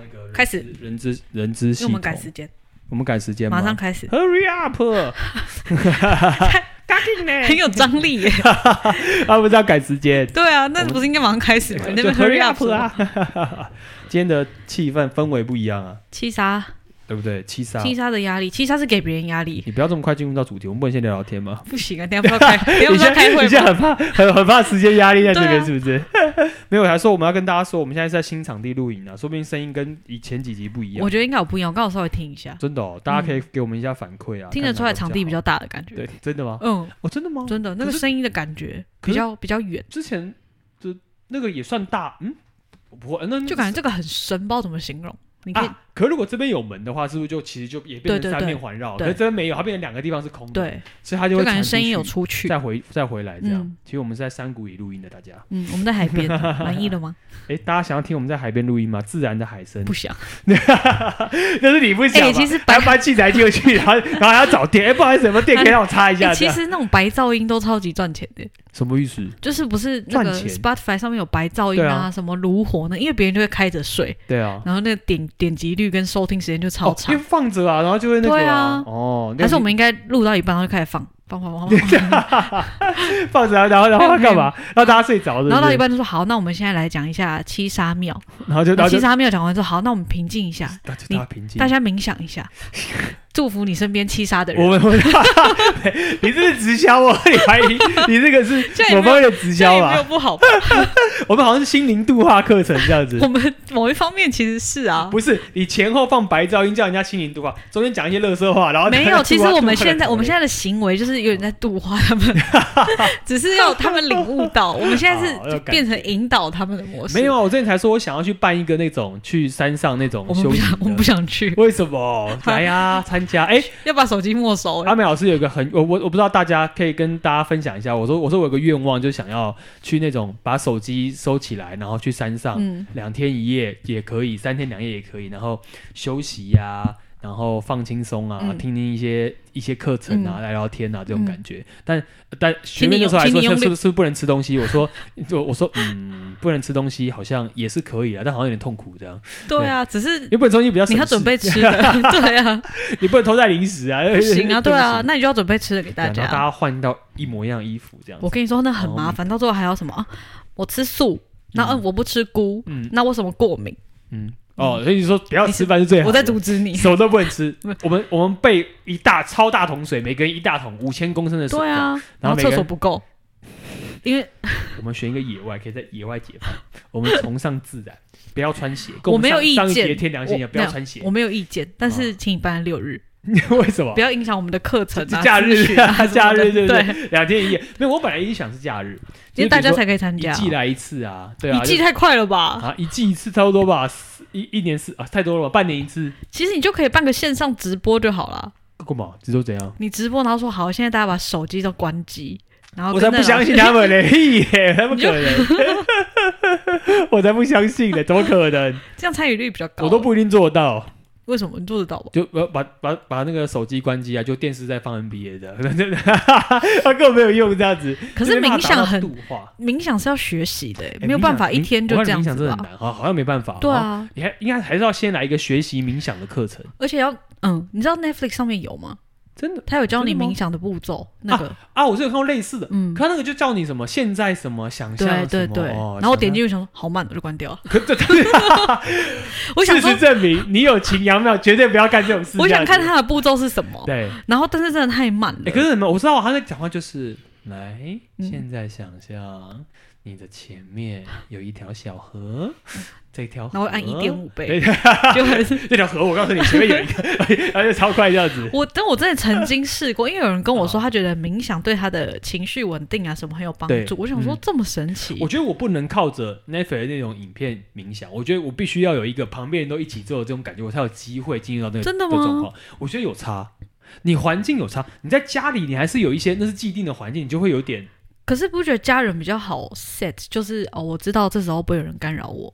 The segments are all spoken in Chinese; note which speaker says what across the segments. Speaker 1: 那个人
Speaker 2: 开始
Speaker 1: 资人资人资
Speaker 2: 因
Speaker 1: 系
Speaker 2: 为
Speaker 1: 统，
Speaker 2: 我们赶时间，
Speaker 1: 我们赶时间吗，
Speaker 2: 马上 开始，
Speaker 1: Hurry up！赶紧呢
Speaker 2: 很有张力耶。
Speaker 1: 啊，不是要改时间，
Speaker 2: 对啊，那不是应该马上开始吗？你那
Speaker 1: 就
Speaker 2: 边
Speaker 1: Hurry
Speaker 2: hurry
Speaker 1: up
Speaker 2: up
Speaker 1: 啊
Speaker 2: 啊！
Speaker 1: 今天的气氛氛围不一样啊，
Speaker 2: 七杀，
Speaker 1: 对不对？七杀，
Speaker 2: 七杀的压力，七杀是给别人压力，
Speaker 1: 你不要这么快进入到主题，我们不能先聊聊天吗？
Speaker 2: 不行啊！等一下不要开，等一
Speaker 1: 你
Speaker 2: 下不
Speaker 1: 现在
Speaker 2: 要开会
Speaker 1: 你现在
Speaker 2: 吗？
Speaker 1: 很怕，很很怕时间压力在这
Speaker 2: 对
Speaker 1: 边，
Speaker 2: 啊
Speaker 1: 是不是？ 没有，我还说我们要跟大家说，我们现在是在新场地录影啊，说不定声音跟以前几集不一样
Speaker 2: 我。觉得应该有不一样，我刚好稍微听一下，
Speaker 1: 真的哦，大家可以给我们一下反馈啊，
Speaker 2: 听得
Speaker 1: 看
Speaker 2: 出
Speaker 1: 哪
Speaker 2: 来
Speaker 1: 个
Speaker 2: 场地比较大的感
Speaker 1: 好
Speaker 2: 觉。
Speaker 1: 对，真的吗？
Speaker 2: 嗯，
Speaker 1: 哦，真的吗？
Speaker 2: 真的，那
Speaker 1: 可
Speaker 2: 个
Speaker 1: 是
Speaker 2: 声音的感觉
Speaker 1: 可是
Speaker 2: 比较比较远，
Speaker 1: 之前就那个也算大，嗯，不会，那
Speaker 2: 就感觉这个很深，不知道怎么形容。你可以
Speaker 1: 啊，可是如果这边有门的话，是不是就其实就也变
Speaker 2: 对
Speaker 1: 成
Speaker 2: 对
Speaker 1: 三
Speaker 2: 对
Speaker 1: 面环绕？
Speaker 2: 对
Speaker 1: 可是这边没有，它变成两个地方是空的，，
Speaker 2: 对，
Speaker 1: 所以它就
Speaker 2: 就
Speaker 1: 会
Speaker 2: 感觉
Speaker 1: 传出
Speaker 2: 声音
Speaker 1: 去
Speaker 2: 有出去。
Speaker 1: 再回再回来这样。
Speaker 2: 嗯
Speaker 1: 其实我们是在山谷里录音的，大家，
Speaker 2: 嗯，我们在海 边，满意了吗？
Speaker 1: 诶，大家想要听我们在海边录音吗？自然的海声
Speaker 2: 不，想。
Speaker 1: 但是你不想嘛，
Speaker 2: 哎其实
Speaker 1: 还
Speaker 2: 白
Speaker 1: 要搬器材进去，然后 然后还要找电，哎，不好意思，有没有电可以让我插一
Speaker 2: 哎，
Speaker 1: 下？这
Speaker 2: 其
Speaker 1: 样
Speaker 2: 实那种白噪音都超级赚钱的，
Speaker 1: 什么意思？
Speaker 2: 就是不是那个
Speaker 1: 赚钱
Speaker 2: Spotify 上面有白噪音
Speaker 1: 对
Speaker 2: 啊，
Speaker 1: 啊
Speaker 2: 什么炉火呢？因为别人就会开着睡，
Speaker 1: 对啊，
Speaker 2: 然后那个点点击率跟收听时间就超
Speaker 1: 哦，因
Speaker 2: 长。
Speaker 1: 为放着啊，然后就会那
Speaker 2: 对
Speaker 1: 个
Speaker 2: 啊
Speaker 1: 哦，那
Speaker 2: 还是我
Speaker 1: 你
Speaker 2: 们应该录到一半然后就开始放放放放放，
Speaker 1: 放着啊，然后然后
Speaker 2: 没
Speaker 1: 要
Speaker 2: 有
Speaker 1: 干嘛？让大家睡着，对不
Speaker 2: 嗯然后到
Speaker 1: 对
Speaker 2: 一半就说好，那我们现在来讲一下七杀 庙。
Speaker 1: 然后就然后
Speaker 2: 七
Speaker 1: 就
Speaker 2: 杀庙讲完之后，好，那我们平静一下，
Speaker 1: 大家
Speaker 2: 你
Speaker 1: 大家平静
Speaker 2: 大。家冥想一下，祝福你身边七杀的
Speaker 1: 我们
Speaker 2: 人。
Speaker 1: 我 们，你这是直销哦？你怀疑你这个是
Speaker 2: 这样也没有
Speaker 1: 某方面的直
Speaker 2: 这样
Speaker 1: 销
Speaker 2: 也没有
Speaker 1: 吧？
Speaker 2: 不好吧？
Speaker 1: 我们好像是心灵度化课程这样子
Speaker 2: 我，们某一方面其实是啊，
Speaker 1: 不是你前后放白噪音叫人家心灵度化，中间讲一些乐色话，然后
Speaker 2: 没 有，其实
Speaker 1: 啊
Speaker 2: 我们现在我们现
Speaker 1: 在
Speaker 2: 在的行为就是有点在度化 他们，只是要他们领悟到，我们现在
Speaker 1: 好
Speaker 2: 是
Speaker 1: 要
Speaker 2: 就
Speaker 1: 哦感
Speaker 2: 变成引导他们的模式。
Speaker 1: 没有，啊，我之前才说我想要去办一个那种去山上那种
Speaker 2: 我们
Speaker 1: 休
Speaker 2: 不
Speaker 1: 息
Speaker 2: 想，我们不
Speaker 1: 的。
Speaker 2: 想去，
Speaker 1: 为什么？来呀、参加！哎、
Speaker 2: 要把手机没收。
Speaker 1: 阿美老师有一个很我我我不知道大家可以跟大家分享一下。我说我说我有个愿望，就是想要去那种把手机收起来，然后去山上，
Speaker 2: 嗯，
Speaker 1: 两天一夜也可以，三天两夜也可以，然后休息呀、然后放轻松啊，
Speaker 2: 嗯
Speaker 1: 听听一些一些课程啊，
Speaker 2: 嗯
Speaker 1: 聊聊天啊，这种
Speaker 2: 嗯
Speaker 1: 感觉。但但学妹
Speaker 2: 请你
Speaker 1: 那
Speaker 2: 用
Speaker 1: 时候还说
Speaker 2: 请你用
Speaker 1: 是是
Speaker 2: 六
Speaker 1: 不是不能吃东西，我说 就我说嗯，不能吃东西好像也是可以啊，但好像有点痛苦这样，
Speaker 2: 对啊，只是
Speaker 1: 因为不能吃东西比较省
Speaker 2: 你要
Speaker 1: 事
Speaker 2: 准，备吃的， 对啊，
Speaker 1: 你不能偷带零食啊，
Speaker 2: 不 行啊，
Speaker 1: 不
Speaker 2: 对啊，，那你就要准备吃的给
Speaker 1: 对
Speaker 2: 大
Speaker 1: 啊然后大
Speaker 2: 家。
Speaker 1: 家换到一模一样的衣服这样
Speaker 2: 我
Speaker 1: 子，
Speaker 2: 跟你说，那很麻烦，到最后还要什么啊？我吃素，那
Speaker 1: 嗯
Speaker 2: 嗯我不吃菇，
Speaker 1: 嗯
Speaker 2: 那我什么过敏？
Speaker 1: 嗯哦，所以你说不要吃饭是最好的，
Speaker 2: 我在阻止你。
Speaker 1: 什么都不能吃。我们我们备一大超大桶水，每个人一大桶五千公升的水。
Speaker 2: 对，啊，
Speaker 1: 然后
Speaker 2: 然后
Speaker 1: 每个
Speaker 2: 厕所
Speaker 1: 人
Speaker 2: 不够，因为
Speaker 1: 我们选一个野外，可以在野外解放。我们崇尚自然，不要穿鞋。跟
Speaker 2: 我没有
Speaker 1: 上
Speaker 2: 意
Speaker 1: 上一
Speaker 2: 见
Speaker 1: 节天良心一样，
Speaker 2: 我
Speaker 1: 不要穿鞋
Speaker 2: 我。没有意见，但
Speaker 1: 哦
Speaker 2: 是请你办在六日。
Speaker 1: 为什么
Speaker 2: 不？要影响我们的 课程 啊，
Speaker 1: 假日
Speaker 2: 咨询啊
Speaker 1: 假日
Speaker 2: 对
Speaker 1: 对
Speaker 2: 对，
Speaker 1: 两天一夜。没有，我本来也想是假日，
Speaker 2: 因为大家才可以参
Speaker 1: 一
Speaker 2: 加。
Speaker 1: 季来一次啊，对啊，
Speaker 2: 一季
Speaker 1: 就
Speaker 2: 太快了吧？
Speaker 1: 啊一季一次差不多吧，四一一年四啊太多了吧，半年一次。
Speaker 2: 其实你就可以办个线上直播就好了。
Speaker 1: 干嘛？这都怎样？
Speaker 2: 你直播，然后说好，现在大家把手机都关机，然后啊
Speaker 1: 我
Speaker 2: 跟
Speaker 1: 才
Speaker 2: 那
Speaker 1: 不
Speaker 2: 老
Speaker 1: 相
Speaker 2: 师
Speaker 1: 信啊他们嘞！屁耶，他不可能！我才不相信嘞，怎么可能？
Speaker 2: 这样参与率比较高。
Speaker 1: 我都不一定做得到，
Speaker 2: 为什么你做得到吧？
Speaker 1: 就把把把把那个手机关机啊，就电视在放 NBA 的， 它根本没有用这样子。
Speaker 2: 可是
Speaker 1: 因为怕
Speaker 2: 冥想
Speaker 1: 达到
Speaker 2: 很
Speaker 1: 度化，
Speaker 2: 冥想是要学习的欸，
Speaker 1: 哎
Speaker 2: 没有办法一天就
Speaker 1: 冥
Speaker 2: 这
Speaker 1: 想
Speaker 2: 样
Speaker 1: 冥想真
Speaker 2: 子
Speaker 1: 的很
Speaker 2: 吧？
Speaker 1: 难，好好像没办法。
Speaker 2: 对
Speaker 1: 哦，
Speaker 2: 啊，
Speaker 1: 你还应该还是要先来一个学习冥想的课程，
Speaker 2: 而且要嗯，你知道 Netflix 上面有吗？
Speaker 1: 真的
Speaker 2: 他有教你
Speaker 1: 真的吗
Speaker 2: 冥想的步骤，那个
Speaker 1: 啊！我是有看过类似的，
Speaker 2: 嗯，
Speaker 1: 可它那个就叫你什么现在什么想象
Speaker 2: 对对
Speaker 1: 什么
Speaker 2: 对。
Speaker 1: 哦
Speaker 2: 然后我点
Speaker 1: 想象
Speaker 2: 进去想说好慢，我就关掉了。 我
Speaker 1: 事
Speaker 2: 想说
Speaker 1: 实，证明，你有秦阳庙，绝对不要干这种事。
Speaker 2: 我想看
Speaker 1: 这样
Speaker 2: 他的步骤是什么
Speaker 1: 子。。对，
Speaker 2: 然后，但是真的太慢了。
Speaker 1: 哎，可是什么？我知道他在讲话就是来，
Speaker 2: 嗯
Speaker 1: 现在想象你的前面有一条小河，这条河
Speaker 2: 然后嗯按一点五
Speaker 1: 对
Speaker 2: 倍， 就很。
Speaker 1: 这条河，我告诉你，前面有一 个，而且超快这样子。
Speaker 2: 我但我真的曾经试过，因为有人跟我说，他觉得冥想对他的情绪稳定啊什么很有帮
Speaker 1: 对
Speaker 2: 助。我想说
Speaker 1: 嗯
Speaker 2: 这么神奇，
Speaker 1: 我觉得我不能靠着 Netflix 那种影片冥想，我觉得我必须要有一个旁边人都一起做的这种感觉，我才有机会进入到那个
Speaker 2: 真的吗
Speaker 1: 状况。我觉得有差，你环境有差，你在家里你还是有一些那是既定的环境，你就会有点
Speaker 2: 可是不觉得家人比较好 set，就是哦，我知道这时候不会有人干扰我。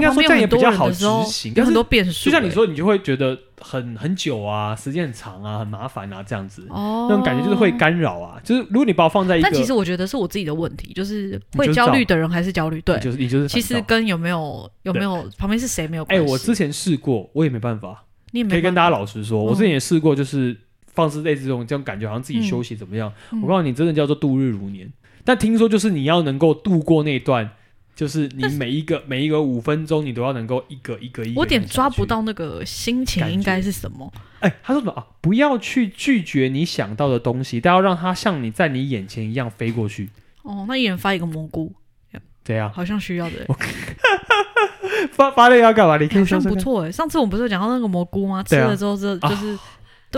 Speaker 1: 应
Speaker 2: 果
Speaker 1: 该
Speaker 2: 旁
Speaker 1: 说
Speaker 2: 边
Speaker 1: 这样也
Speaker 2: 很
Speaker 1: 比
Speaker 2: 多
Speaker 1: 较
Speaker 2: 人
Speaker 1: 好
Speaker 2: 的
Speaker 1: 执
Speaker 2: 时候，
Speaker 1: 行，
Speaker 2: 有
Speaker 1: 但
Speaker 2: 很
Speaker 1: 是
Speaker 2: 多变数、
Speaker 1: 就像你
Speaker 2: 欸，
Speaker 1: 说，你就会觉得很很久啊，时间很长啊，很麻烦啊，这样子，
Speaker 2: 哦，
Speaker 1: 那种感觉就是会干扰啊。就是如果你把我放在一个，
Speaker 2: 但其实我觉得是我自己的问题，就是
Speaker 1: 你
Speaker 2: 会
Speaker 1: 就是
Speaker 2: 焦虑
Speaker 1: 这
Speaker 2: 的人还是焦虑。对
Speaker 1: 你，就是你就是
Speaker 2: 其
Speaker 1: 烦
Speaker 2: 实
Speaker 1: 躁
Speaker 2: 跟有没有有
Speaker 1: 对
Speaker 2: 没有旁边是谁没有
Speaker 1: 哎、
Speaker 2: 关系。
Speaker 1: 我之前试过，我也没办法。
Speaker 2: 你也没
Speaker 1: 可以跟大
Speaker 2: 办法嗯
Speaker 1: 家老实说，我之前也试过，就是放肆类似这种这种感觉，好像自己休息怎么样？
Speaker 2: 嗯
Speaker 1: 我告诉你，真的叫做度日如年。但听说就是你要能够度过那一段，就是你每一个每一个五分钟，你都要能够一个一个一个。
Speaker 2: 我有点抓不。到那个心情应该是什么。
Speaker 1: 哎、他说什么啊？不要去拒绝你想到的东西，但要让它像你在你眼前一样飞过去。
Speaker 2: 哦，那一人发一个蘑菇，
Speaker 1: 怎样？
Speaker 2: 好像需要的欸、
Speaker 1: 发发了要干嘛？你可
Speaker 2: 好
Speaker 1: 以说
Speaker 2: 像
Speaker 1: 说
Speaker 2: 不
Speaker 1: 看，
Speaker 2: 错哎、上次我们不是有讲到那个蘑菇吗？吃
Speaker 1: 对啊
Speaker 2: 了之后这就是、
Speaker 1: 就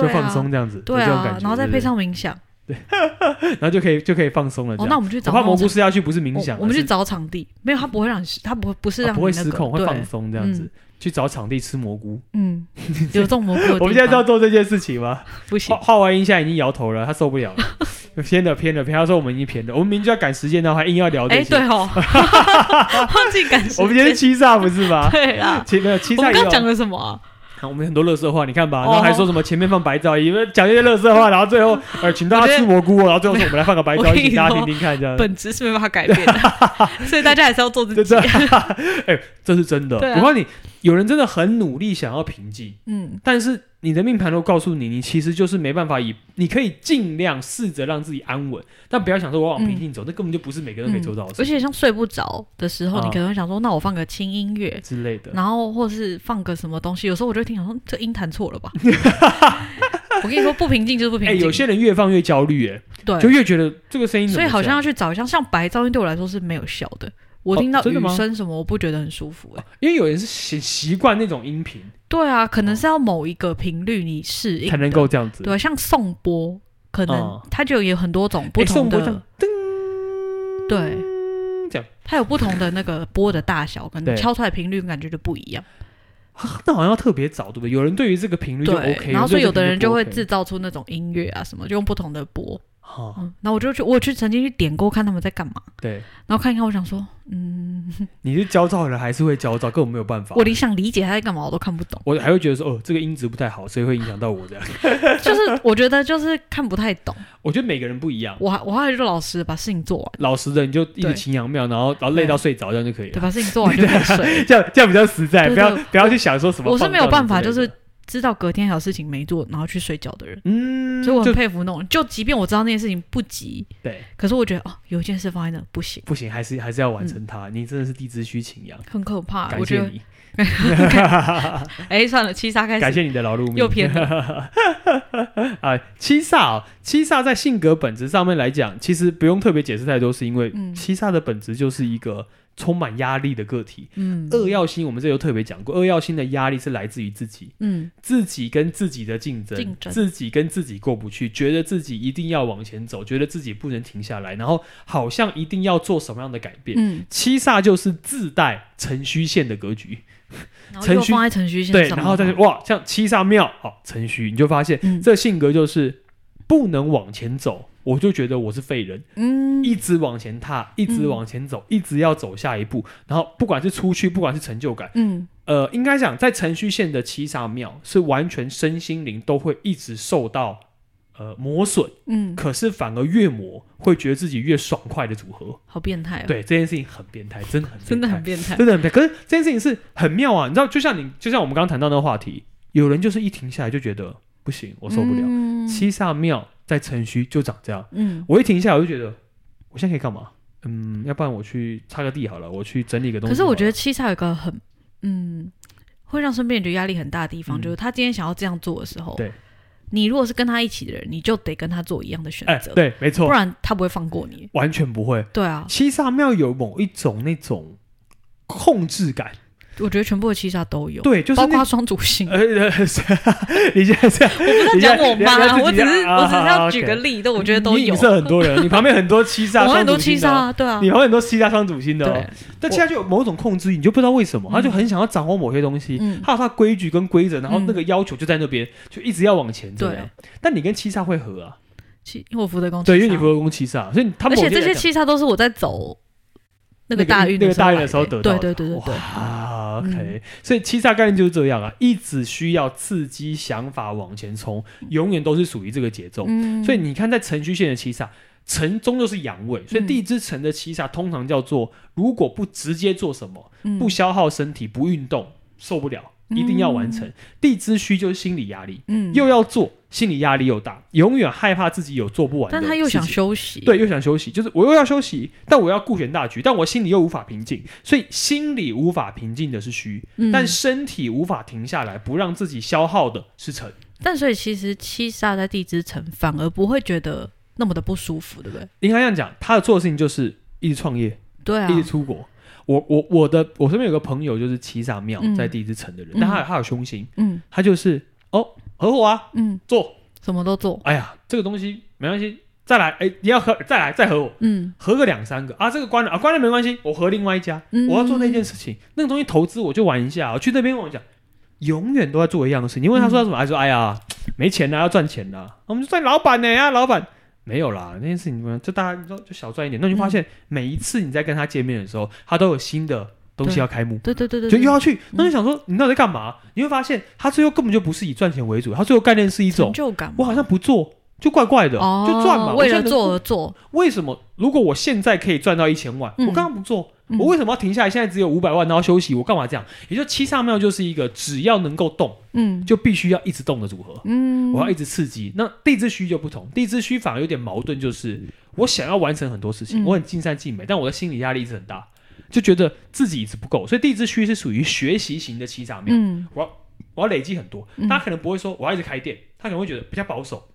Speaker 2: 对啊
Speaker 1: 放松这样子，
Speaker 2: 对
Speaker 1: 有这种
Speaker 2: 啊
Speaker 1: 感觉，
Speaker 2: 然后再
Speaker 1: 对不
Speaker 2: 配
Speaker 1: 对，
Speaker 2: 上冥想。
Speaker 1: 然后就可以就可以放松了。这
Speaker 2: 哦，
Speaker 1: 样
Speaker 2: 那我们去
Speaker 1: 我
Speaker 2: 找
Speaker 1: 怕
Speaker 2: 那
Speaker 1: 蘑
Speaker 2: 种
Speaker 1: 菇是要去，不是冥
Speaker 2: 我
Speaker 1: 想，
Speaker 2: 我们
Speaker 1: 而
Speaker 2: 去
Speaker 1: 是
Speaker 2: 找场地，没有，他不会让你失，他不会不是
Speaker 1: 啊
Speaker 2: 让你
Speaker 1: 不会
Speaker 2: 那
Speaker 1: 失
Speaker 2: 个
Speaker 1: 控，会
Speaker 2: 对
Speaker 1: 放松这样子，去找场地吃蘑菇。
Speaker 2: 嗯，有这种蘑菇的地方，
Speaker 1: 我们现在就要哦做这件事情吗？
Speaker 2: 不行
Speaker 1: 画，画完音现在已经摇头了，他受不了了， 偏了偏了偏。他说我们已经偏了，我们明明就要赶时间，然后还硬要聊这
Speaker 2: 哎、
Speaker 1: 些。
Speaker 2: 对哦， 忘记感谢。
Speaker 1: 我们今天是欺诈不是吧？
Speaker 2: 对啊，
Speaker 1: 欺没有欺
Speaker 2: 我
Speaker 1: 诈
Speaker 2: 们
Speaker 1: 也
Speaker 2: 刚
Speaker 1: 有
Speaker 2: 刚讲了什么啊、
Speaker 1: 啊我们很多乐色话，你看吧，
Speaker 2: 哦
Speaker 1: 然后还说什么前面放白噪音，因为讲一些乐色话，然后最 后呃请大
Speaker 2: 我
Speaker 1: 家
Speaker 2: 觉得
Speaker 1: 吃蘑菇哦，然后最后说我们来放个白
Speaker 2: 我
Speaker 1: 噪
Speaker 2: 跟
Speaker 1: 音，
Speaker 2: 你
Speaker 1: 请大家
Speaker 2: 说
Speaker 1: 听听看这样。
Speaker 2: 本质是没办法改变的， 所以大家还是要做自
Speaker 1: 这
Speaker 2: 己
Speaker 1: 这，。 哎，这是真的。
Speaker 2: 对啊
Speaker 1: 我告诉你，有人真的很努力想要平静，
Speaker 2: 嗯，
Speaker 1: 但是你的命盘都告诉你，你其实就是没办法以，你可以尽量试着让自己安稳，但不要想说我往平静走，那根本就不是每个人都可以做到的
Speaker 2: 嗯而
Speaker 1: 事情
Speaker 2: 且像睡不着的时候，
Speaker 1: 啊
Speaker 2: 你可能会想说，那我放个轻音乐，
Speaker 1: 之类的。
Speaker 2: 然后或是放个什么东西。有时候我就会听，想说嗯这音弹错 了吧。我跟你说，不平静就是不平
Speaker 1: 哎、
Speaker 2: 静。
Speaker 1: 有些人越放越焦虑，哎，
Speaker 2: 对
Speaker 1: 就，越觉得这个声音怎么
Speaker 2: 所以好像要
Speaker 1: 这样
Speaker 2: 去找一下，像白噪音对我来说是没有效的。我
Speaker 1: 哦
Speaker 2: 听到
Speaker 1: 真的
Speaker 2: 雨
Speaker 1: 吗哦
Speaker 2: 声什么，我不觉得很舒服、哎，
Speaker 1: 因为有人是习习惯那种音频
Speaker 2: 对啊，可能是要某一个频率你适应
Speaker 1: 才哦能
Speaker 2: 的
Speaker 1: 够这样子。
Speaker 2: 对，啊像颂钵，可能
Speaker 1: 嗯
Speaker 2: 它就有很多种不
Speaker 1: 哎，
Speaker 2: 同
Speaker 1: 送
Speaker 2: 的，
Speaker 1: 波这样噔
Speaker 2: 对，
Speaker 1: 这样，
Speaker 2: 它有不同的那个波的大小，可能
Speaker 1: 对
Speaker 2: 敲出来频率感觉就不一样。
Speaker 1: 啊那好像要特别早，对不对？有人对于这个频率就 OK，
Speaker 2: 然后所以有的人就会
Speaker 1: 自
Speaker 2: 制造出那种音乐啊什么，就用不同的波。
Speaker 1: 哈、
Speaker 2: 嗯，然后我就去，我有去曾经去点过看他们在干嘛，
Speaker 1: 对，
Speaker 2: 然后看一看，我想说，嗯，
Speaker 1: 你是焦躁人还是会焦躁，根本没有办法。。
Speaker 2: 我理想理解他在干嘛，我都看不懂
Speaker 1: 我还会觉得说，哦，这个音质不太好，所以会影响到我 这样。
Speaker 2: 就是我觉得就是看不太懂。
Speaker 1: 我觉得每个人不一样。
Speaker 2: 我还我还就老实把事情做完，
Speaker 1: 老实的，你就一直
Speaker 2: 对
Speaker 1: 秦阳庙，然后然后累到睡着，这样就可以
Speaker 2: 对，
Speaker 1: 了。
Speaker 2: 把事情做 完就可以睡。
Speaker 1: 这样这样比较实在，
Speaker 2: 对
Speaker 1: 不要
Speaker 2: 对
Speaker 1: 不要去想说啊什么
Speaker 2: 我
Speaker 1: 放纵
Speaker 2: 是
Speaker 1: 之
Speaker 2: 没
Speaker 1: 类的。
Speaker 2: 有办法，就是知道隔天还有事情没做，然后去睡觉的人。
Speaker 1: 嗯，
Speaker 2: 所以我很
Speaker 1: 就
Speaker 2: 佩服那种，就即便我知道那件事情不急，
Speaker 1: 对，
Speaker 2: 可是我觉得哦，有一件事放在那不行，
Speaker 1: 不行，还是还是要完成它。你真的是地之需秦阳，
Speaker 2: 很可怕。
Speaker 1: 感
Speaker 2: 嗯啊我觉
Speaker 1: 谢
Speaker 2: 得，
Speaker 1: 你，
Speaker 2: 哎，算了，七杀开
Speaker 1: 感
Speaker 2: 始
Speaker 1: 谢你的劳碌命。
Speaker 2: 又偏了。
Speaker 1: 啊，七煞、哦，七煞在性格本质上面来讲，其实不用特别解释太多，是因为
Speaker 2: 嗯
Speaker 1: 七煞的本质就是一个充满压力的个体。
Speaker 2: 嗯
Speaker 1: 二曜星，我们这有特别讲过，二曜星的压力是来自于自己。
Speaker 2: 嗯
Speaker 1: 自己跟自己的竞争，
Speaker 2: 竞争
Speaker 1: 自己跟自己过不去，觉得自己一定要往前走，觉得自己不能停下来，然后好像一定要做什么样的改变。
Speaker 2: 嗯，
Speaker 1: 七煞就是自带程序线的格局，
Speaker 2: 然后又
Speaker 1: 程序
Speaker 2: 放在程序线
Speaker 1: 对，
Speaker 2: 上
Speaker 1: 然后再
Speaker 2: 了
Speaker 1: 去哇，像七煞庙哦，程序，你就发现、
Speaker 2: 嗯
Speaker 1: 这性格就是不能往前走，我就觉得我是废人，
Speaker 2: 嗯
Speaker 1: 一直往前踏，一直
Speaker 2: 嗯
Speaker 1: 往前走，一直要走下一步，然后不管是出去，不管是成就感，
Speaker 2: 嗯
Speaker 1: 呃，应该讲在程序线的七煞庙是完全身心灵都会一直受到呃磨损，
Speaker 2: 嗯，
Speaker 1: 可是反而越磨会觉得自己越爽快的组合。
Speaker 2: 好变态哦，
Speaker 1: 对，这件事情很变态，真的很
Speaker 2: 真的很
Speaker 1: 变
Speaker 2: 变态
Speaker 1: 态，。真的很变态。可是这件事情是很妙啊，你知道，就像你就像我们刚刚谈到那个话题，有人就是一停下来就觉得不行，我受不了。
Speaker 2: 嗯
Speaker 1: 七煞庙在程序就长这样，
Speaker 2: 嗯，
Speaker 1: 我一停下来我就觉得我现在可以干嘛？嗯，要不然我去擦个地好了，我去整理个东西
Speaker 2: 可
Speaker 1: 好了。
Speaker 2: 是我觉得七煞有一个很嗯，会让身边人觉得压力很大的地方，
Speaker 1: 嗯
Speaker 2: 就是他今天想要这样做的时候，
Speaker 1: 对，
Speaker 2: 你如果是跟他一起的人，你就得跟他做一样的选
Speaker 1: 哎、
Speaker 2: 择，
Speaker 1: 对，没
Speaker 2: 不
Speaker 1: 错，
Speaker 2: 然他不会放过你。
Speaker 1: 完全不会。
Speaker 2: 对啊，
Speaker 1: 七煞庙有某一种那种控制感，
Speaker 2: 我觉得全部的七煞都有，
Speaker 1: 对，就是
Speaker 2: 包
Speaker 1: 那
Speaker 2: 括双主星。
Speaker 1: 呃，呃 是你现在是
Speaker 2: 我不是在讲我妈，我只是
Speaker 1: 啊
Speaker 2: 我只是要举个
Speaker 1: OK
Speaker 2: 例， 但我觉得都
Speaker 1: 你
Speaker 2: 有
Speaker 1: 影。射很多 人，你旁边很多七煞，
Speaker 2: 我很多七煞，啊，对啊
Speaker 1: 你，旁边很多七煞双主星的、哦
Speaker 2: 对，，
Speaker 1: 但七煞就有某种控制欲，你就不知道为什么，他就很想要掌握某些东西，
Speaker 2: 嗯
Speaker 1: 他有他的规矩跟规则，然后
Speaker 2: 嗯
Speaker 1: 那个要求就在那边，就一直要往前这样。但你跟七煞会合啊，
Speaker 2: 哦七因为我福德宫七煞，
Speaker 1: 对，因为你符合宫七煞，所以他
Speaker 2: 而
Speaker 1: 们
Speaker 2: 且这些七煞都是我在走那个大运
Speaker 1: 那个大运
Speaker 2: 的
Speaker 1: 的时候得到
Speaker 2: 对
Speaker 1: 的
Speaker 2: 对对对对，
Speaker 1: 哇
Speaker 2: 嗯
Speaker 1: ，OK，所以欺诈概念就是这样啊，一直需要刺激想法往前冲，永远都是属于这个节奏。
Speaker 2: 嗯
Speaker 1: 所以你看，在辰戌线的七煞，辰终究是阳位，所以
Speaker 2: 嗯
Speaker 1: 地支辰的七煞通常叫做，如果不直接做什么，
Speaker 2: 嗯
Speaker 1: 不消耗身体，不运动，受不了，一定要完成。地支虚就是心理压力，
Speaker 2: 嗯
Speaker 1: 又要做，心理压力又大，永远害怕自己有做不完的
Speaker 2: 但
Speaker 1: 事情。
Speaker 2: 他又想休息，
Speaker 1: 对，又想休息，就是我又要休息，但我要顾全大局，但我心里又无法平静，所以心里无法平静的是虚，
Speaker 2: 嗯，
Speaker 1: 但身体无法停下来，不让自己消耗的是沉。
Speaker 2: 但所以其实七煞在地支层反而不会觉得那么的不舒服，对不对？
Speaker 1: 应该这样讲，他的做的事情就是一直创业，
Speaker 2: 对啊，
Speaker 1: 一直出国。我我我的我身边有个朋友就是七煞庙
Speaker 2: 嗯
Speaker 1: 在地支城的人，
Speaker 2: 嗯
Speaker 1: 但他有他有凶心，
Speaker 2: 嗯
Speaker 1: 他就是哦合伙啊
Speaker 2: 嗯，
Speaker 1: 做，
Speaker 2: 什么都做，
Speaker 1: 哎呀这个东西没关系，再来哎你要合再来再合伙，
Speaker 2: 嗯
Speaker 1: 合个两三个啊这个关了啊关了没关系，我合另外一家，
Speaker 2: 嗯，
Speaker 1: 我要做那件事情，那个东西投资我就玩一下，我去那边跟我讲，永远都在做一样的事情。你问他说他什
Speaker 2: 嗯
Speaker 1: 么，他说哎呀没钱啦、要赚钱啦、我们就赚老板呢、哎呀、老板没有啦，那件事情就大家你知道就小赚一点，那你就发现、
Speaker 2: 嗯
Speaker 1: 每一次你在跟他见面的时候，他都有新的东西
Speaker 2: 对
Speaker 1: 要开幕。
Speaker 2: 对对对对，嗯
Speaker 1: 就
Speaker 2: 对
Speaker 1: 又要去，那就想说你到底在干嘛？你会发现他最后根本就不是以赚钱为主，他最后概念是一
Speaker 2: 成
Speaker 1: 种
Speaker 2: 就感嘛，
Speaker 1: 我好像不做就怪怪的，
Speaker 2: 哦，
Speaker 1: 就赚嘛。我
Speaker 2: 为
Speaker 1: 现在
Speaker 2: 了
Speaker 1: 能
Speaker 2: 做而做，
Speaker 1: 为什么如果我现在可以赚到一千万，
Speaker 2: 嗯
Speaker 1: 我刚刚不做，
Speaker 2: 嗯
Speaker 1: 我为什么要停下来？现在只有五百万，然后休息，我干嘛这样？也就七煞庙就是一个只要能够动，
Speaker 2: 嗯
Speaker 1: 就必须要一直动的组合。
Speaker 2: 嗯，
Speaker 1: 我要一直刺激。那地支虚就不同，地支虚反而有点矛盾，就是我想要完成很多事情，
Speaker 2: 嗯
Speaker 1: 我很尽善尽美，但我的心理压力一直很大，就觉得自己一直不够。所以地支虚是属于学习型的七煞庙，
Speaker 2: 嗯
Speaker 1: 我要累积很多
Speaker 2: 嗯。
Speaker 1: 他可能不会说我要一直开店，他可能会觉得比较保守。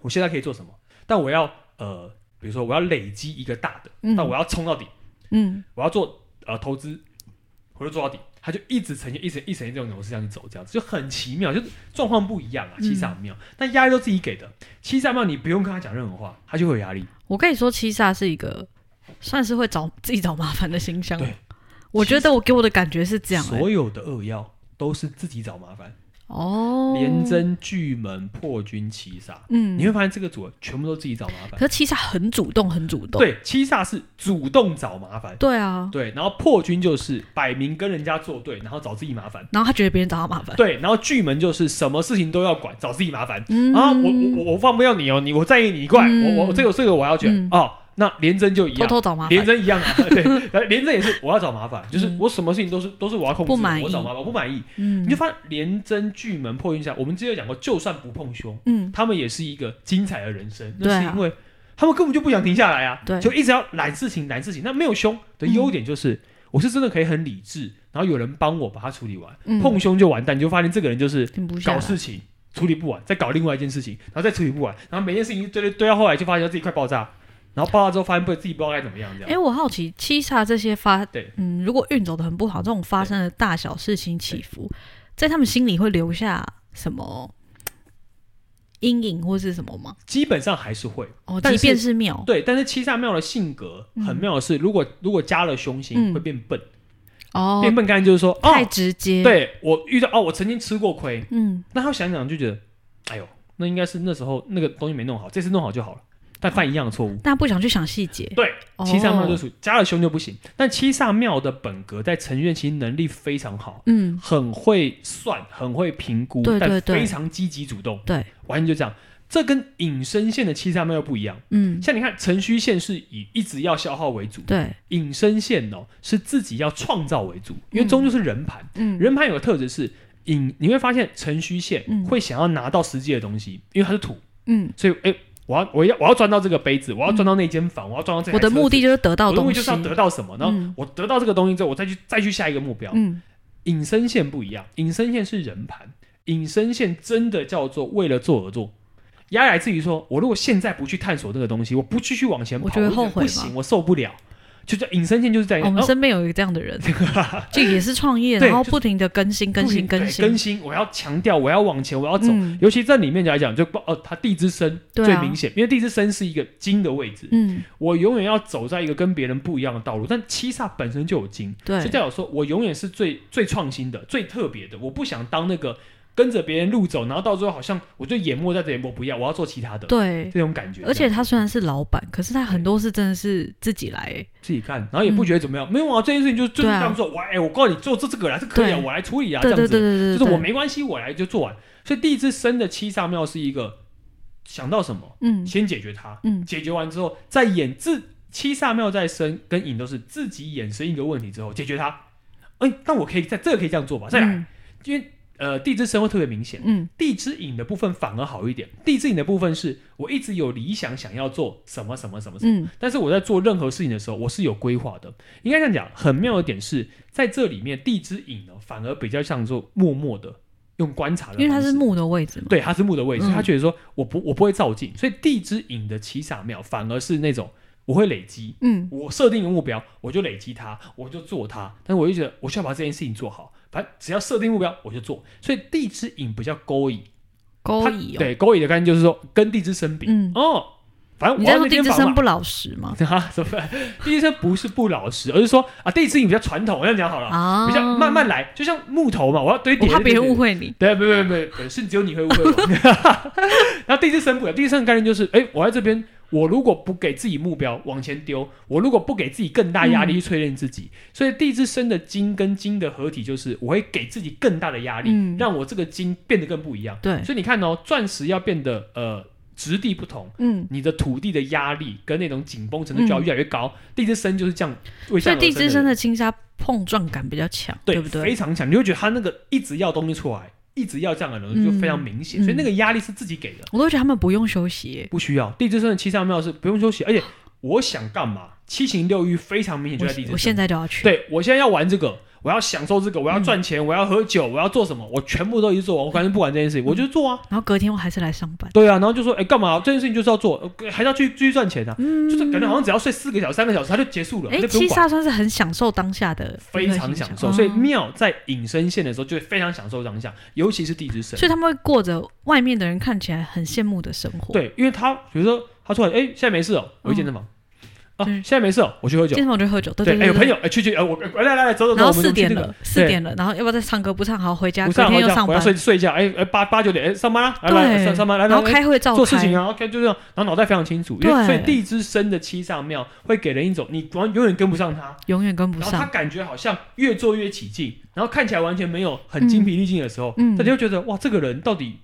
Speaker 1: 我现在可以做什么？但我要呃，比如说我要累积一个大的，
Speaker 2: 嗯
Speaker 1: 但我要冲到底，
Speaker 2: 嗯
Speaker 1: 我要做呃投资，我就做到底。他就一直呈现一层一层这种模式这样去走，这样子就很奇妙，就是状况不一样啊。
Speaker 2: 嗯
Speaker 1: 七煞很妙，但压力都自己给的。七煞妙你不用跟他讲任何话，他就会有压力。
Speaker 2: 我跟你说，七煞是一个算是会找自己找麻烦的星象
Speaker 1: 对。
Speaker 2: 我觉得我给我的感觉是这样、欸
Speaker 1: 所有的恶妖都是自己找麻烦，
Speaker 2: 哦，
Speaker 1: 连，贞、巨门、破军、七煞，
Speaker 2: 嗯，
Speaker 1: 你会发现这个组合全部都自己找麻烦。
Speaker 2: 可是七煞很主动，很主动，
Speaker 1: 对，七煞是主动找麻烦，
Speaker 2: 对啊，
Speaker 1: 对，然后破军就是摆明跟人家作对，然后找自己麻烦，
Speaker 2: 然后他觉得别人找他麻烦，
Speaker 1: 对，然后巨门就是什么事情都要管，找自己麻烦
Speaker 2: 嗯
Speaker 1: 啊，我我我我放不掉你哦，你我在意你，你过来，
Speaker 2: 嗯
Speaker 1: 我我这个这个我要卷、
Speaker 2: 嗯
Speaker 1: 哦，那连真就一
Speaker 2: 偷
Speaker 1: 样。
Speaker 2: 偷找麻
Speaker 1: 连
Speaker 2: 烦，
Speaker 1: 真一样啊，对，然后连真也是我要找麻烦，就是
Speaker 2: 嗯
Speaker 1: 我什么事情都是都是我要控制
Speaker 2: 不满
Speaker 1: 的，
Speaker 2: 意
Speaker 1: 我找麻烦，我不满意，
Speaker 2: 嗯
Speaker 1: 你就发现连真巨门破军下，我们之前有讲过，就算不碰凶，
Speaker 2: 嗯，
Speaker 1: 他们也是一个精彩的人生，
Speaker 2: 对
Speaker 1: 那
Speaker 2: 啊
Speaker 1: 是因为他们根本就不想停下来啊，
Speaker 2: 对
Speaker 1: 就一直要揽事情揽事情。那没有凶的优点就是，我是真的可以很理智，然后有人帮我把它处理完。
Speaker 2: 嗯
Speaker 1: 碰凶就完蛋，你就发现这个人就是
Speaker 2: 停不下
Speaker 1: 搞
Speaker 2: 来，
Speaker 1: 事情处理不完，再搞另外一件事情，然后再处理不完，然后每件事情堆堆堆到后来就发现自己快爆炸，然后爆炸之后发现不自己不知道该怎么样这
Speaker 2: 哎、
Speaker 1: 样。
Speaker 2: 我好奇七煞这些发，
Speaker 1: 啊对，
Speaker 2: 嗯，如果运走的很不好，这种发生的大小事情起伏，在他们心里会留下什么阴影或是什么吗？
Speaker 1: 基本上还是会
Speaker 2: 哦，
Speaker 1: 但
Speaker 2: 即
Speaker 1: 是
Speaker 2: 便是庙，
Speaker 1: 对，但是七煞庙的性格很妙的是，如果如果加了凶星
Speaker 2: 嗯
Speaker 1: 会变笨，
Speaker 2: 哦，
Speaker 1: 变笨干就是说哦
Speaker 2: 太，直接，，
Speaker 1: 对我遇到哦，我曾经吃过亏，
Speaker 2: 嗯，
Speaker 1: 那他想想就觉得，哎呦，那应该是那时候那个东西没弄好，这次弄好就好了，但犯一样的错误。
Speaker 2: 但他不想去想细节，
Speaker 1: 对，
Speaker 2: 哦
Speaker 1: 七煞庙就属于加了凶就不行，但七煞庙的本格在成员其实能力非常好，
Speaker 2: 嗯，
Speaker 1: 很会算，很会评估，
Speaker 2: 对对
Speaker 1: 但
Speaker 2: 对
Speaker 1: 非常积极主动，
Speaker 2: 对，
Speaker 1: 完全就这样。这跟引申线的七煞庙又不一样，
Speaker 2: 嗯，
Speaker 1: 像你看辰戌线是以一直要消耗为主，
Speaker 2: 对，
Speaker 1: 引申线哦是自己要创造为主，因为
Speaker 2: 嗯
Speaker 1: 终究是人盘，
Speaker 2: 嗯，
Speaker 1: 人盘有个特质是引，你会发现辰戌线
Speaker 2: 嗯
Speaker 1: 会想要拿到实际的东西，因为它是土，
Speaker 2: 嗯，
Speaker 1: 所以哎、我要我要我要赚到这个杯子，我要赚到那间房，我要赚到这台
Speaker 2: 我的
Speaker 1: 车子
Speaker 2: 目的就是得到
Speaker 1: 我的目
Speaker 2: 东
Speaker 1: 的
Speaker 2: 西，
Speaker 1: 就是要得到什么，然后
Speaker 2: 嗯
Speaker 1: 我得到这个东西之后，我再去再去下一个目标。
Speaker 2: 嗯，
Speaker 1: 引申线不一样，引申线是人盘，引申线真的叫做为了做而做。压来自于说，我如果现在不去探索这个东西，我不继续往前跑，
Speaker 2: 我觉得后悔
Speaker 1: 不
Speaker 2: 嘛
Speaker 1: 行，我受不了。就叫引申线就是在、
Speaker 2: 我们
Speaker 1: 哦
Speaker 2: 身边有一个这样的 人，就也是创业，
Speaker 1: 对
Speaker 2: 然后
Speaker 1: 就
Speaker 2: 不停的更新、更
Speaker 1: 不
Speaker 2: 新、
Speaker 1: 行对
Speaker 2: 更
Speaker 1: 更
Speaker 2: 新，
Speaker 1: 新，我要强调，我要往前，我要走。
Speaker 2: 嗯
Speaker 1: 尤其在里面来讲，就哦，它地之深
Speaker 2: 对啊
Speaker 1: 最明显，因为地之深是一个金的位置，
Speaker 2: 嗯，
Speaker 1: 我永远要走在一个跟别人不一样的道路。但七煞本身就有金，
Speaker 2: 对
Speaker 1: 所以，代表说我永远是最最创新的、最特别的。我不想当那个跟着别人路走，然后到最后好像我就淹没在这里，我不要，我要做其他的
Speaker 2: 对，
Speaker 1: 这种感觉。
Speaker 2: 而且他虽然是老板，可是他很多事真的是自己来、欸
Speaker 1: 自己干，然后也不觉得怎么样，没有啊，这件事情就就是
Speaker 2: 对啊
Speaker 1: 这样做，我哎、我告诉你做这这个啦，这可以啊，
Speaker 2: 对
Speaker 1: 我来处理啊，这
Speaker 2: 对
Speaker 1: 样
Speaker 2: 对
Speaker 1: 子，
Speaker 2: 对对
Speaker 1: 就
Speaker 2: 对，
Speaker 1: 是我
Speaker 2: 对，
Speaker 1: 没关系，我来就做完。所以第一支生的七煞庙是一个想到什么
Speaker 2: 嗯
Speaker 1: 先解决它，
Speaker 2: 嗯，
Speaker 1: 解决完之后再演自七煞庙再生跟引都是自己衍生一个问题之后解决它。哎、但我可以在这个可以这样做吧，再来，
Speaker 2: 嗯
Speaker 1: 因为呃地支生会特别明显。
Speaker 2: 嗯
Speaker 1: 地之影的部分反而好一点。地之影的部分是我一直有理想，想要做什么什么什么什么，
Speaker 2: 嗯
Speaker 1: 但是我在做任何事情的时候，我是有规划的。应该这样讲，很妙的点是在这里面，地之影呢反而比较像做默默的用观察的
Speaker 2: 因
Speaker 1: 方式，
Speaker 2: 为他是木的位置嘛，
Speaker 1: 对，它是木的位置，
Speaker 2: 嗯
Speaker 1: 他觉得说我不我不会照进，所以地之影的七煞庙反而是那种我会累积，
Speaker 2: 嗯
Speaker 1: 我设定一个目标，我就累积它，我就做它。但是我就觉得我需要把这件事情做好，反正只要设定目标我就做。所以地之影比较勾引。
Speaker 2: 勾
Speaker 1: 它
Speaker 2: 引、哦，，
Speaker 1: 对，勾引的概念就是说跟地之生比。
Speaker 2: 嗯，
Speaker 1: 哦，反 正
Speaker 2: 你
Speaker 1: 我
Speaker 2: 在
Speaker 1: 要
Speaker 2: 说
Speaker 1: 是
Speaker 2: 地
Speaker 1: 天
Speaker 2: 之
Speaker 1: 房
Speaker 2: 生
Speaker 1: 嘛。
Speaker 2: 不老实吗？
Speaker 1: 啊，什么？地之生不是不老实，而是说啊，地之影比较传统，我这样讲好了，
Speaker 2: 啊，
Speaker 1: 比较慢慢来，就像木头嘛，我要堆叠。
Speaker 2: 我怕别人误
Speaker 1: 会。
Speaker 2: 会你，
Speaker 1: 对，不不不不，是只有你会误会 我。然后地之生不了，地之生的概念就是，哎，我在这边，我如果不给自己目标往前丢，我如果不给自己更大压力去淬炼自
Speaker 2: 嗯
Speaker 1: 己，所以地之生的金跟金的合体就是，我会给自己更大的压力，
Speaker 2: 嗯
Speaker 1: 让我这个金变得更不一样。
Speaker 2: 对，
Speaker 1: 所以你看哦，钻石要变得呃质地不同，
Speaker 2: 嗯，
Speaker 1: 你的土地的压力跟那种紧绷程度就要越来越高。地之深就是这样，为这
Speaker 2: 所以
Speaker 1: 样
Speaker 2: 地之
Speaker 1: 而生
Speaker 2: 生
Speaker 1: 的
Speaker 2: 的轻纱碰撞感比较强，
Speaker 1: 对
Speaker 2: 不对？
Speaker 1: 非常强，你会觉得他那个一直要东西出来，一直要这样的人
Speaker 2: 嗯
Speaker 1: 就非常明显，
Speaker 2: 嗯
Speaker 1: 所以那个压力是自己给的，
Speaker 2: 我都觉得他们不用休息耶，
Speaker 1: 不需要。地之深的七上庙是不用休息，而且我想干嘛，七情六欲非常明显就在地之
Speaker 2: 我
Speaker 1: 深。
Speaker 2: 我现在就要去，
Speaker 1: 对我现在要玩这个，我要享受这个，我要
Speaker 2: 嗯
Speaker 1: 赚钱，我要喝酒，我要做什么，我全部都一直做完，我反正不管这件事情，我就做啊。
Speaker 2: 然后隔天我还是来上班，
Speaker 1: 对啊，然后就说，哎、干嘛这件事情就是要做，呃还是要去继续赚钱啊？
Speaker 2: 嗯，
Speaker 1: 就是感觉好像只要睡四个小时、三个小时，它就结束了，
Speaker 2: 哎
Speaker 1: 就，不
Speaker 2: 七
Speaker 1: 用管，
Speaker 2: 煞算是很享受当下的，
Speaker 1: 非常享受。
Speaker 2: 哦
Speaker 1: 所以庙在隐身线的时候，就会非常享受当下，尤其是地之神。
Speaker 2: 所以他们会过着外面的人看起来很羡慕的生活，，
Speaker 1: 对，因为他比如说他出来，哎、现在没事哦，我去健身房。啊，
Speaker 2: 嗯
Speaker 1: 现在没事哦，我去喝酒
Speaker 2: 健。身房就喝酒，对
Speaker 1: 对，哎、
Speaker 2: 对，
Speaker 1: 有
Speaker 2: 对
Speaker 1: 朋友，哎、去去，哎、我哎来来来，走走走，
Speaker 2: 然
Speaker 1: 我们
Speaker 2: 后四
Speaker 1: 我们去
Speaker 2: 点
Speaker 1: 那个
Speaker 2: 了，四点了，然后要不要再唱歌？不唱好，回家，
Speaker 1: 不
Speaker 2: 隔
Speaker 1: 上
Speaker 2: 天
Speaker 1: 回
Speaker 2: 又
Speaker 1: 家，
Speaker 2: 上
Speaker 1: 我要
Speaker 2: 班，
Speaker 1: 睡睡一下。哎、哎，八八九点，哎、上班啦、来来
Speaker 2: 对
Speaker 1: 上上班来来
Speaker 2: 然后
Speaker 1: 来，
Speaker 2: 开会照
Speaker 1: 做事情
Speaker 2: 开，
Speaker 1: 啊，OK，就这样，然后脑袋非常清楚，因为
Speaker 2: 对
Speaker 1: 所以地之深的七上庙会给人一种你完永远跟不上他，
Speaker 2: 永远跟不
Speaker 1: 然后他
Speaker 2: 上，
Speaker 1: 感觉好像越做越起劲，然后看起来完全没有很精疲力尽的时候，
Speaker 2: 嗯嗯
Speaker 1: 大家就觉得哇，这个人到底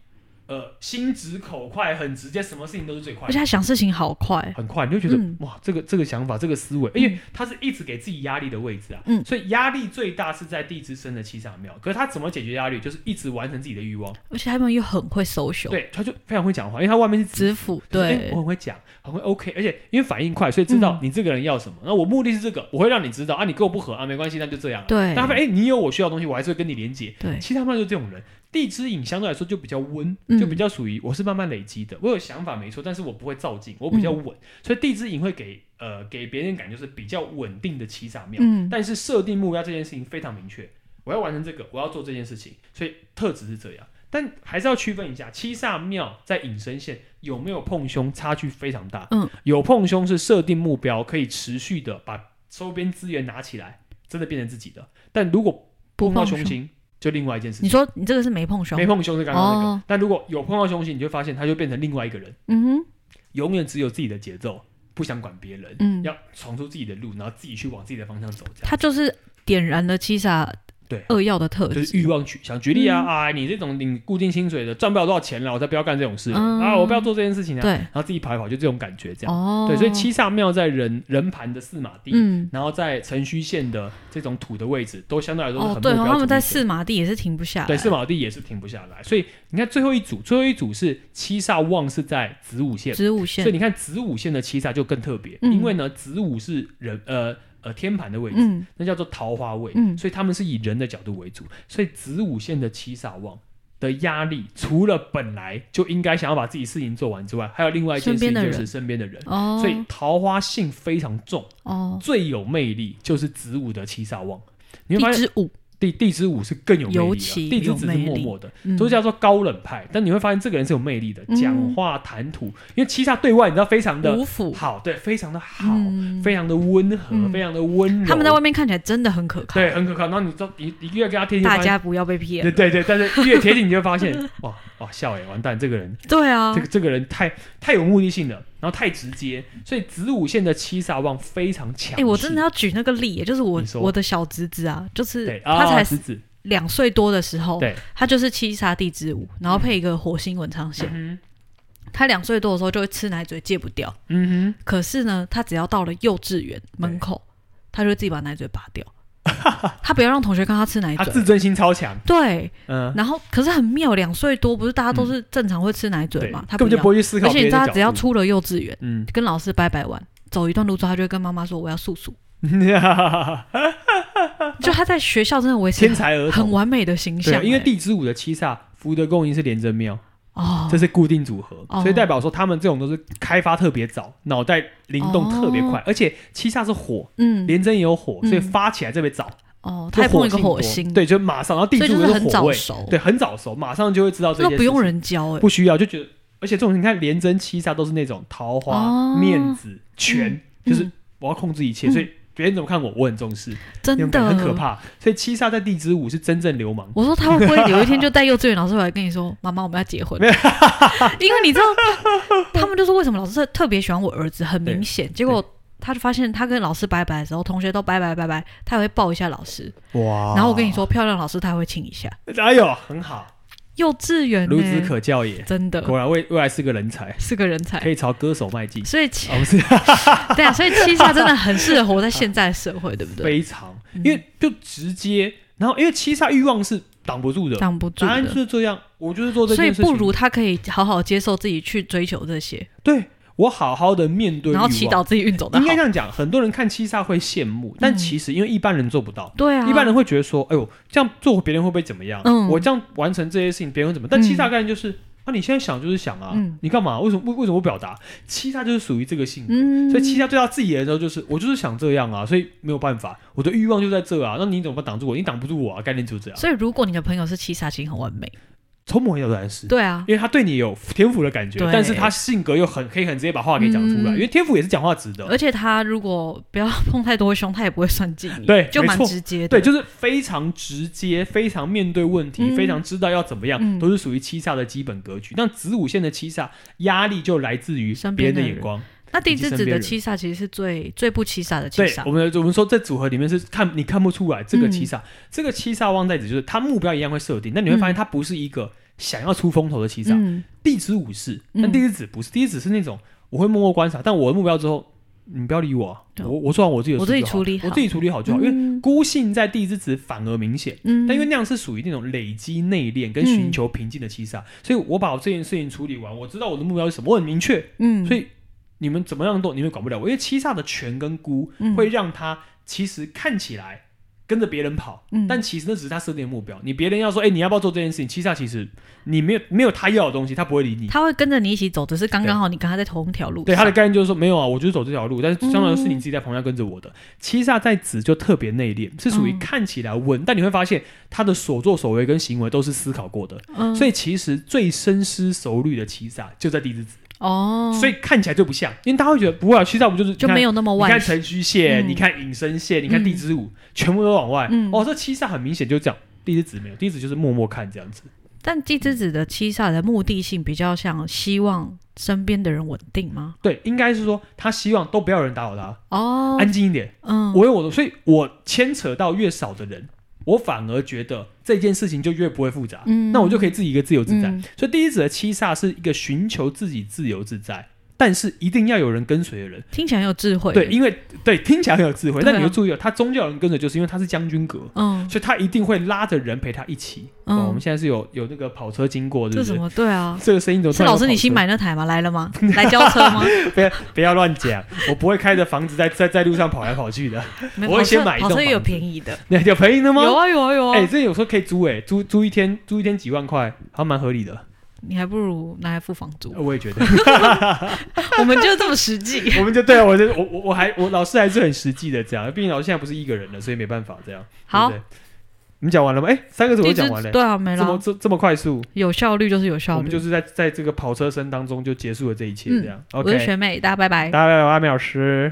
Speaker 1: 呃心直口快，很直接，什么事情都是最快
Speaker 2: 而且，他想事情好快，
Speaker 1: 很快，你就觉得、
Speaker 2: 嗯
Speaker 1: 哇，这个这个想法，这个思维，因为他是一直给自己压力的位置啊，
Speaker 2: 嗯
Speaker 1: 所以压力最大是在地之深的七上庙，可是他怎么解决压力，就是一直完成自己的欲望，
Speaker 2: 而且他们又很会 social，
Speaker 1: 对，他就非常会讲话，因为他外面是
Speaker 2: 知府，
Speaker 1: 就是诶
Speaker 2: 对嗯
Speaker 1: 我，很会讲，很会 OK，而且因为反应快，所以知道你这个人要什么。那、我目的是这个，我会让你知道啊，你跟我不合啊，没关系，那就这样了。
Speaker 2: 对
Speaker 1: 但他发现哎，你有我需要的东西，我还是会跟你连接。
Speaker 2: 对，
Speaker 1: 其他们就这种人，地之影相对来说就比较温，
Speaker 2: 嗯
Speaker 1: 就比较属于我是慢慢累积的。我有想法没错，但是我不会照进，我比
Speaker 2: 嗯
Speaker 1: 较稳，所以地之影会给呃给别人感觉是比较稳定的起涨面。
Speaker 2: 嗯，
Speaker 1: 但是设定目标这件事情非常明确，我要完成这个，我要做这件事情，所以特质是这样。但还是要区分一下，七煞庙在引申线有没有碰凶，差距非常大。
Speaker 2: 嗯，
Speaker 1: 有碰凶是设定目标，可以持续的把周边资源拿起来，真的变成自己的。但如果
Speaker 2: 不
Speaker 1: 碰到
Speaker 2: 碰
Speaker 1: 凶
Speaker 2: 熊。
Speaker 1: 星，就另外一件事
Speaker 2: 你
Speaker 1: 情。
Speaker 2: 说你这个是没碰
Speaker 1: 没
Speaker 2: 熊，
Speaker 1: 碰凶是刚刚那个，
Speaker 2: 哦
Speaker 1: 但如果有碰到凶星，你就会发现他就变成另外一个人，
Speaker 2: 嗯哼，
Speaker 1: 永远只有自己的节奏，不想管别人，
Speaker 2: 嗯
Speaker 1: 要闯出自己的路，然后自己去往自己的方向走。这样。
Speaker 2: 他就是点燃了七煞
Speaker 1: 对
Speaker 2: 扼要的特
Speaker 1: 就是
Speaker 2: 质，
Speaker 1: 欲望取向。举例啊，
Speaker 2: 嗯
Speaker 1: 啊，你这种领固定薪水的，赚不了多少钱了，我才不要干这种事、
Speaker 2: 嗯
Speaker 1: 啊！我不要做这件事情啊，
Speaker 2: 对，
Speaker 1: 然后自己跑一跑，就这种感觉这样。
Speaker 2: 哦，
Speaker 1: 对，所以七煞庙在人人盘的四马地，
Speaker 2: 嗯。
Speaker 1: 然后在辰戌线的这种土的位置，都相对来说是很
Speaker 2: 哦，
Speaker 1: 目
Speaker 2: 对
Speaker 1: 标
Speaker 2: 哦，他
Speaker 1: 主义
Speaker 2: 们在
Speaker 1: 的
Speaker 2: 四马地也是停不下来。
Speaker 1: 对四马地也是停不下来。所以你看最后一组，最后一组是七煞旺是在子午线，
Speaker 2: 子午线
Speaker 1: 所以，你看子午线的七煞就更特别，
Speaker 2: 嗯
Speaker 1: 因为呢子午是人呃呃天盘的位置，
Speaker 2: 嗯，
Speaker 1: 那叫做桃花位，
Speaker 2: 嗯
Speaker 1: 所以他们是以人的角度为主，所以子午线的七煞旺的压力，除了本来就应该想要把自己事情做完之外，还有另外一件事情
Speaker 2: 身边的
Speaker 1: 就是
Speaker 2: 人
Speaker 1: 身边的人，
Speaker 2: 哦，
Speaker 1: 所以桃花性非常重，
Speaker 2: 哦，
Speaker 1: 最有魅力就是子午的七煞旺，你会
Speaker 2: 地
Speaker 1: 发现
Speaker 2: 之舞，
Speaker 1: 地地支舞是更有魅力
Speaker 2: 尤
Speaker 1: 的，
Speaker 2: 其
Speaker 1: 地支
Speaker 2: 有
Speaker 1: 只
Speaker 2: 魅
Speaker 1: 是
Speaker 2: 力
Speaker 1: 默默的，
Speaker 2: 嗯
Speaker 1: 都叫做高冷派。但你会发现这个人是有魅力的，
Speaker 2: 嗯
Speaker 1: 讲话谈吐，因为七煞对外你知道非常的
Speaker 2: 五府
Speaker 1: 好，对，非常的好，
Speaker 2: 嗯
Speaker 1: 非常的温和，
Speaker 2: 嗯
Speaker 1: 非常的温柔。
Speaker 2: 他们在外面看起来真的很可靠，
Speaker 1: 对很可靠，然后你知道你你越跟他贴近，
Speaker 2: 大
Speaker 1: 发现
Speaker 2: 家不要被骗
Speaker 1: 对。对对，但是越贴近你就会发现哇哇笑哎，完蛋，这个人
Speaker 2: 对啊
Speaker 1: 这，个这个人太太有目的性了，然后太直接，所以子午线的七煞旺非常强
Speaker 2: 哎、
Speaker 1: 势。
Speaker 2: 我真的要举那个例耶，就是我
Speaker 1: 你说
Speaker 2: 我的小侄子啊，就是
Speaker 1: 对
Speaker 2: 他才
Speaker 1: 啊、子子，
Speaker 2: 两岁多的时候，
Speaker 1: 对
Speaker 2: 他就是七杀地之舞，然后配一个火星文昌线。
Speaker 1: 嗯
Speaker 2: 他两岁多的时候就会吃奶嘴戒不掉，
Speaker 1: 哼嗯
Speaker 2: 可是呢，他只要到了幼稚园门口，他就会自己把奶嘴拔 掉，他不要让同学看他吃奶
Speaker 1: 哼，他
Speaker 2: 嘴。
Speaker 1: 啊自尊心超强，
Speaker 2: 对，
Speaker 1: 嗯，
Speaker 2: 然后可是很妙，两岁多不是大家都是正常会吃奶嘴
Speaker 1: 对
Speaker 2: 嘛？，他
Speaker 1: 根本就不
Speaker 2: 要，
Speaker 1: 会去思考
Speaker 2: 而且你
Speaker 1: 别
Speaker 2: 知
Speaker 1: 人的角
Speaker 2: 道，他
Speaker 1: 度。
Speaker 2: 只要出了幼稚园，
Speaker 1: 嗯，
Speaker 2: 跟老师拜拜完，走一段路之后，他就会跟妈妈说我要 素素。就他在学校真的维 持
Speaker 1: 天才儿
Speaker 2: 很
Speaker 1: 童，
Speaker 2: 完美的形象欸、
Speaker 1: 对，因为地支舞的七煞福德共应是廉贞庙，
Speaker 2: 哦，
Speaker 1: 这是固定组合，
Speaker 2: 哦
Speaker 1: 所以代表说他们这种都是开发特别早，脑袋灵动特别快，而且七煞是火，
Speaker 2: 哦嗯，
Speaker 1: 廉贞也有火，
Speaker 2: 嗯
Speaker 1: 所以发起来特别早，
Speaker 2: 哦，
Speaker 1: 就
Speaker 2: 他也碰一个
Speaker 1: 性多
Speaker 2: 火星，，
Speaker 1: 对，就马上，然后地
Speaker 2: 所以
Speaker 1: 支
Speaker 2: 就
Speaker 1: 舞
Speaker 2: 是
Speaker 1: 又
Speaker 2: 很
Speaker 1: 火
Speaker 2: 早
Speaker 1: 位，
Speaker 2: 熟，
Speaker 1: 对，很早熟，马上就会知道这
Speaker 2: 这
Speaker 1: 些，
Speaker 2: 都不用，人教哎、
Speaker 1: 不需要就觉得，而且这种你看廉贞七煞都是那种桃花
Speaker 2: 哦
Speaker 1: 面子权，就是
Speaker 2: 嗯
Speaker 1: 我要控制一切，
Speaker 2: 嗯
Speaker 1: 所以。别人怎么看我，我很重视，
Speaker 2: 哎真
Speaker 1: 那种感
Speaker 2: 的
Speaker 1: 觉很可。怕。所以七煞在地支舞是真正流氓，
Speaker 2: 我说他会不会有一天就带幼稚园老师回来跟你说：“妈妈，我们要结婚？” 因为你知道，他们就说为什么老师特特别喜欢我儿子，很明显。结果他就发现他跟老师拜拜的时候，同学都拜拜拜拜，他也会抱一下老师。
Speaker 1: 哇
Speaker 2: 然后我跟你，说，漂亮老师他也会亲一下。
Speaker 1: 哎呦，很好，
Speaker 2: 幼稚园
Speaker 1: 孺子
Speaker 2: 呢，
Speaker 1: 可教也。
Speaker 2: 真的
Speaker 1: 果然未未来是个人才，
Speaker 2: 是个人
Speaker 1: 可
Speaker 2: 才。
Speaker 1: 以朝歌手迈进。
Speaker 2: 所以其
Speaker 1: 哦，不是，
Speaker 2: 对啊，所以七煞真的很适合活在现在的社会，对不对？
Speaker 1: 非常，
Speaker 2: 嗯
Speaker 1: 因为就直接，然后因为七煞欲望是挡不住的，
Speaker 2: 挡不住
Speaker 1: 答案
Speaker 2: 的
Speaker 1: 就。是这样，我就是做这
Speaker 2: 所以
Speaker 1: 件事
Speaker 2: 不
Speaker 1: 情，
Speaker 2: 如他可以好好接受自己去追求这些，
Speaker 1: 对我好好的面对欲
Speaker 2: 然
Speaker 1: 望
Speaker 2: 后。祈祷自己运走的
Speaker 1: 应该这
Speaker 2: 好。嗯
Speaker 1: 样讲，很多人看七煞会羡慕，但其实因为一般人做不到，
Speaker 2: 对啊，
Speaker 1: 一般人会觉得说，哎呦，这样做别人会不会怎么样？
Speaker 2: 嗯
Speaker 1: 我这样完成这些事情，别人会怎么样？但
Speaker 2: 嗯
Speaker 1: 七煞概念就是，啊，你现在想就是想啊，
Speaker 2: 嗯
Speaker 1: 你干嘛？为什么为为什么不表达？七煞就是属于这个性格，
Speaker 2: 嗯，
Speaker 1: 所以七煞对他自己的时候，就是我就是想这样啊，所以没有办法，我的欲望就在这啊。那你怎么挡住我？你挡不住我啊，概念就是这样。
Speaker 2: 所以如果你的朋友是七煞星，很完美。
Speaker 1: 从某一个角度来是，
Speaker 2: 对啊，
Speaker 1: 因为他对你有天赋的感觉
Speaker 2: 对，
Speaker 1: 但是他性格又很可以很直接把话给讲出来，
Speaker 2: 嗯
Speaker 1: 因为天赋也是讲话直的，
Speaker 2: 而且他如果不要碰太多凶，他也不会算计你，
Speaker 1: 对
Speaker 2: 就蛮
Speaker 1: 没错
Speaker 2: 直接的。
Speaker 1: 对，就是非常直接，非常面对问题，
Speaker 2: 嗯
Speaker 1: 非常知道要怎么样，
Speaker 2: 嗯
Speaker 1: 都是属于七煞的基本格局。但子午线的七煞压力就来自于
Speaker 2: 身
Speaker 1: 别人
Speaker 2: 边的
Speaker 1: 的
Speaker 2: 人
Speaker 1: 眼光，
Speaker 2: 那地支子
Speaker 1: 以及身边
Speaker 2: 的
Speaker 1: 人
Speaker 2: 七煞其实是最最不七煞的七
Speaker 1: 对
Speaker 2: 煞，
Speaker 1: 我们我们说这组合里面是看你看不出来这个
Speaker 2: 嗯
Speaker 1: 七煞，这个七煞旺在子就是它目标一样会设定，但你会发现它不是一个想要出风头的七煞，
Speaker 2: 嗯，
Speaker 1: 地支舞是，
Speaker 2: 嗯
Speaker 1: 但地支子不是，地支子是那种我会默默观察，但我的目标之后，你不要理我啊、
Speaker 2: 对
Speaker 1: 我我做完我自己的
Speaker 2: 我
Speaker 1: 事
Speaker 2: 自己
Speaker 1: 就好
Speaker 2: 处理好
Speaker 1: 我自己处理好就好，因为
Speaker 2: 嗯
Speaker 1: 孤性在地支子反而明显。
Speaker 2: 嗯，
Speaker 1: 但因为那样是属于那种累积内敛跟寻求平静的七煞，所以我把我这件事情处理完，我知道我的目标是什么，我很明确，
Speaker 2: 嗯，
Speaker 1: 所以你们怎么样都你们管不了我，因为七煞的权跟孤
Speaker 2: 嗯
Speaker 1: 会让他其实看起来跟着别人跑，
Speaker 2: 嗯
Speaker 1: 但其实那只是他设定的目标。你别人要说，哎、你要不要做这件事情？七煞其实你没有没有他要的东西，他不会理你。
Speaker 2: 他会跟着你一起走，只是刚刚好你跟他在同一条路上。
Speaker 1: 对他的概念就是说，没有啊，我就是走这条路，但是相
Speaker 2: 嗯
Speaker 1: 当于是你自己在旁边跟着我的。七煞在子就特别内敛，是属于
Speaker 2: 嗯
Speaker 1: 看起来稳，但你会发现他的所作所为跟行为都是思考过的。
Speaker 2: 嗯，
Speaker 1: 所以其实最深思熟虑的七煞就在地支子，
Speaker 2: 哦，
Speaker 1: 所
Speaker 2: 以
Speaker 1: 以看起来就不像，因为大家会觉得不会啊，七煞不就是你
Speaker 2: 就
Speaker 1: 看
Speaker 2: 没有那么
Speaker 1: 你
Speaker 2: 外
Speaker 1: 看
Speaker 2: 显。
Speaker 1: 辰戌线，
Speaker 2: 嗯
Speaker 1: 你看引申线，你看
Speaker 2: 嗯
Speaker 1: 地支舞，全部都往外。
Speaker 2: 嗯
Speaker 1: 哦，这七煞很明显就这样，地支子没有，地支就是默默看这样子。
Speaker 2: 但地支子的七煞的目的性比较像希望身边的人稳定吗？
Speaker 1: 对，应该是说他希望都不要有人打扰他，
Speaker 2: 哦，
Speaker 1: 安静一点。
Speaker 2: 嗯，
Speaker 1: 我有我的，所以我牵扯到越少的人，我反而觉得这件事情就越不会复杂。
Speaker 2: 嗯
Speaker 1: 那我就可以自己一个自由自在。
Speaker 2: 嗯
Speaker 1: 所以第一子的七煞是一个寻求自己自由自在，但是一定要有人跟随的人。
Speaker 2: 听起来很有智慧。
Speaker 1: 对，，因为对听起来很有智慧，
Speaker 2: 对啊
Speaker 1: 但你会注意哦，他宗教人跟随，就是因为他是将军阁。
Speaker 2: 嗯，
Speaker 1: 所以他一定会拉着人陪他一起。
Speaker 2: 嗯
Speaker 1: 哦，我们现在是有有那个跑车经过，对
Speaker 2: 这
Speaker 1: 不
Speaker 2: 什
Speaker 1: 对？
Speaker 2: 么？对啊，
Speaker 1: 这个声音怎么突
Speaker 2: 是
Speaker 1: 然有
Speaker 2: 老
Speaker 1: 跑车？
Speaker 2: 师你新买那台吗？来了吗？ 来交车吗？
Speaker 1: 不要乱讲，我不会开着房子在 在在路上跑来跑去的。
Speaker 2: 没
Speaker 1: 我会
Speaker 2: 跑
Speaker 1: 先
Speaker 2: 车
Speaker 1: 买一
Speaker 2: 跑
Speaker 1: 栋
Speaker 2: 车也有
Speaker 1: 房子
Speaker 2: 便宜的，
Speaker 1: 那有便宜的吗？
Speaker 2: 有啊有啊有啊
Speaker 1: 哎、。这有时候可以租哎、租租一天，租一天几万块，还蛮合理的。
Speaker 2: 你还不如拿来付房租。
Speaker 1: 呃我也觉得，
Speaker 2: 我们就这么实际。
Speaker 1: 我们就对啊我就我我我还我老师还是很实际的这样，毕竟老师现在不是一个人了，所以没办法这样。
Speaker 2: 好
Speaker 1: 对不对你讲完了吗？哎、三个字我
Speaker 2: 地
Speaker 1: 都
Speaker 2: 址
Speaker 1: 讲完了、
Speaker 2: 对啊，没
Speaker 1: 这么
Speaker 2: 了，
Speaker 1: 这这么快速，
Speaker 2: 有效率就是有效
Speaker 1: 我们
Speaker 2: 率。
Speaker 1: 就是在在这个跑车声当中就结束了这一切，这样、
Speaker 2: 我
Speaker 1: OK
Speaker 2: 是。学妹，大家拜拜。
Speaker 1: 大家拜拜，阿美老师。